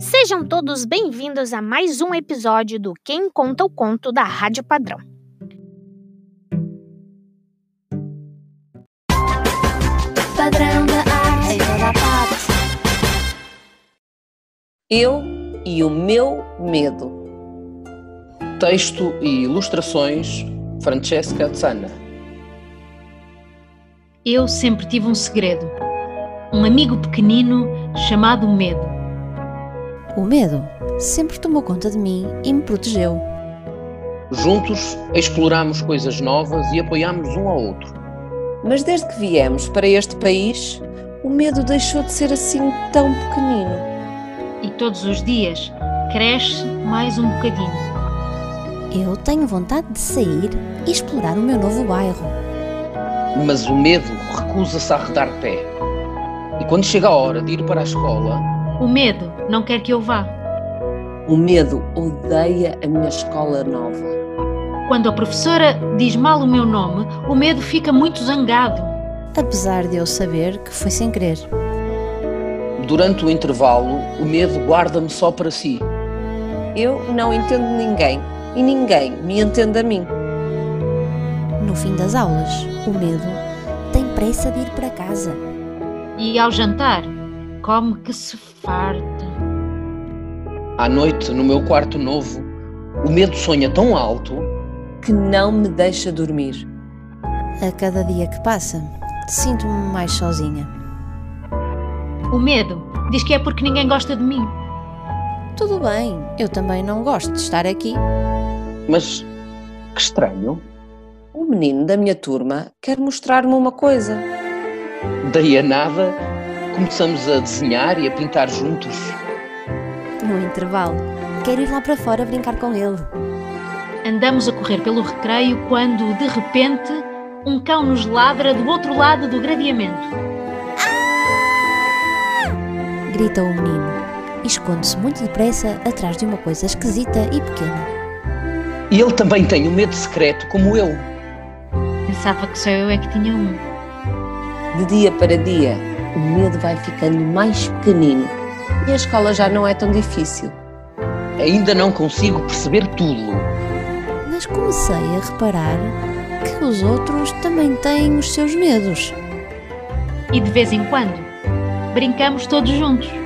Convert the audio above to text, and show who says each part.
Speaker 1: Sejam todos bem-vindos a mais um episódio do Quem Conta o Conto da Rádio Padrão.
Speaker 2: Padrão da arte.
Speaker 3: Eu e o meu medo.
Speaker 4: Texto e ilustrações Francesca Zana.
Speaker 5: Eu sempre tive um segredo. Um amigo pequenino chamado Medo.
Speaker 6: O medo sempre tomou conta de mim e me protegeu.
Speaker 4: Juntos exploramos coisas novas e apoiamos um ao outro.
Speaker 3: Mas desde que viemos para este país, o medo deixou de ser assim tão pequenino.
Speaker 5: E todos os dias cresce mais um bocadinho.
Speaker 6: Eu tenho vontade de sair e explorar o meu novo bairro.
Speaker 4: Mas o medo recusa-se a arredar pé. E quando chega a hora de ir para a escola,
Speaker 5: O medo não quer que eu vá.
Speaker 3: O medo odeia a minha escola nova.
Speaker 5: Quando a professora diz mal o meu nome, o medo fica muito zangado.
Speaker 6: Apesar de eu saber que foi sem querer.
Speaker 4: durante o intervalo, o medo guarda-me só para si.
Speaker 3: Eu não entendo ninguém e ninguém me entende a mim.
Speaker 6: No fim das aulas, o medo tem pressa de ir para casa.
Speaker 5: E ao jantar, come que se farta.
Speaker 4: À noite, no meu quarto novo, o medo sonha tão alto.
Speaker 3: Que não me deixa dormir.
Speaker 6: A cada dia que passa, sinto-me mais sozinha.
Speaker 5: O medo diz que é porque ninguém gosta de mim.
Speaker 6: Tudo bem, eu também não gosto de estar aqui.
Speaker 4: Mas que estranho.
Speaker 3: O menino da minha turma quer mostrar-me uma coisa.
Speaker 4: Daí a nada, começamos a desenhar e a pintar juntos.
Speaker 6: No intervalo, quero ir lá para fora brincar com ele.
Speaker 5: Andamos a correr pelo recreio quando, de repente, um cão nos ladra do outro lado do gradeamento.
Speaker 6: Grita o menino e esconde-se muito depressa atrás de uma coisa esquisita e pequena.
Speaker 4: E ele também tem um medo secreto, como eu.
Speaker 5: Pensava que só eu é que tinha um.
Speaker 3: De dia para dia, o medo vai ficando mais pequenino e a escola já não é tão difícil.
Speaker 4: Ainda não consigo perceber tudo.
Speaker 6: Mas comecei a reparar que os outros também têm os seus medos.
Speaker 5: E de vez em quando, brincamos todos juntos.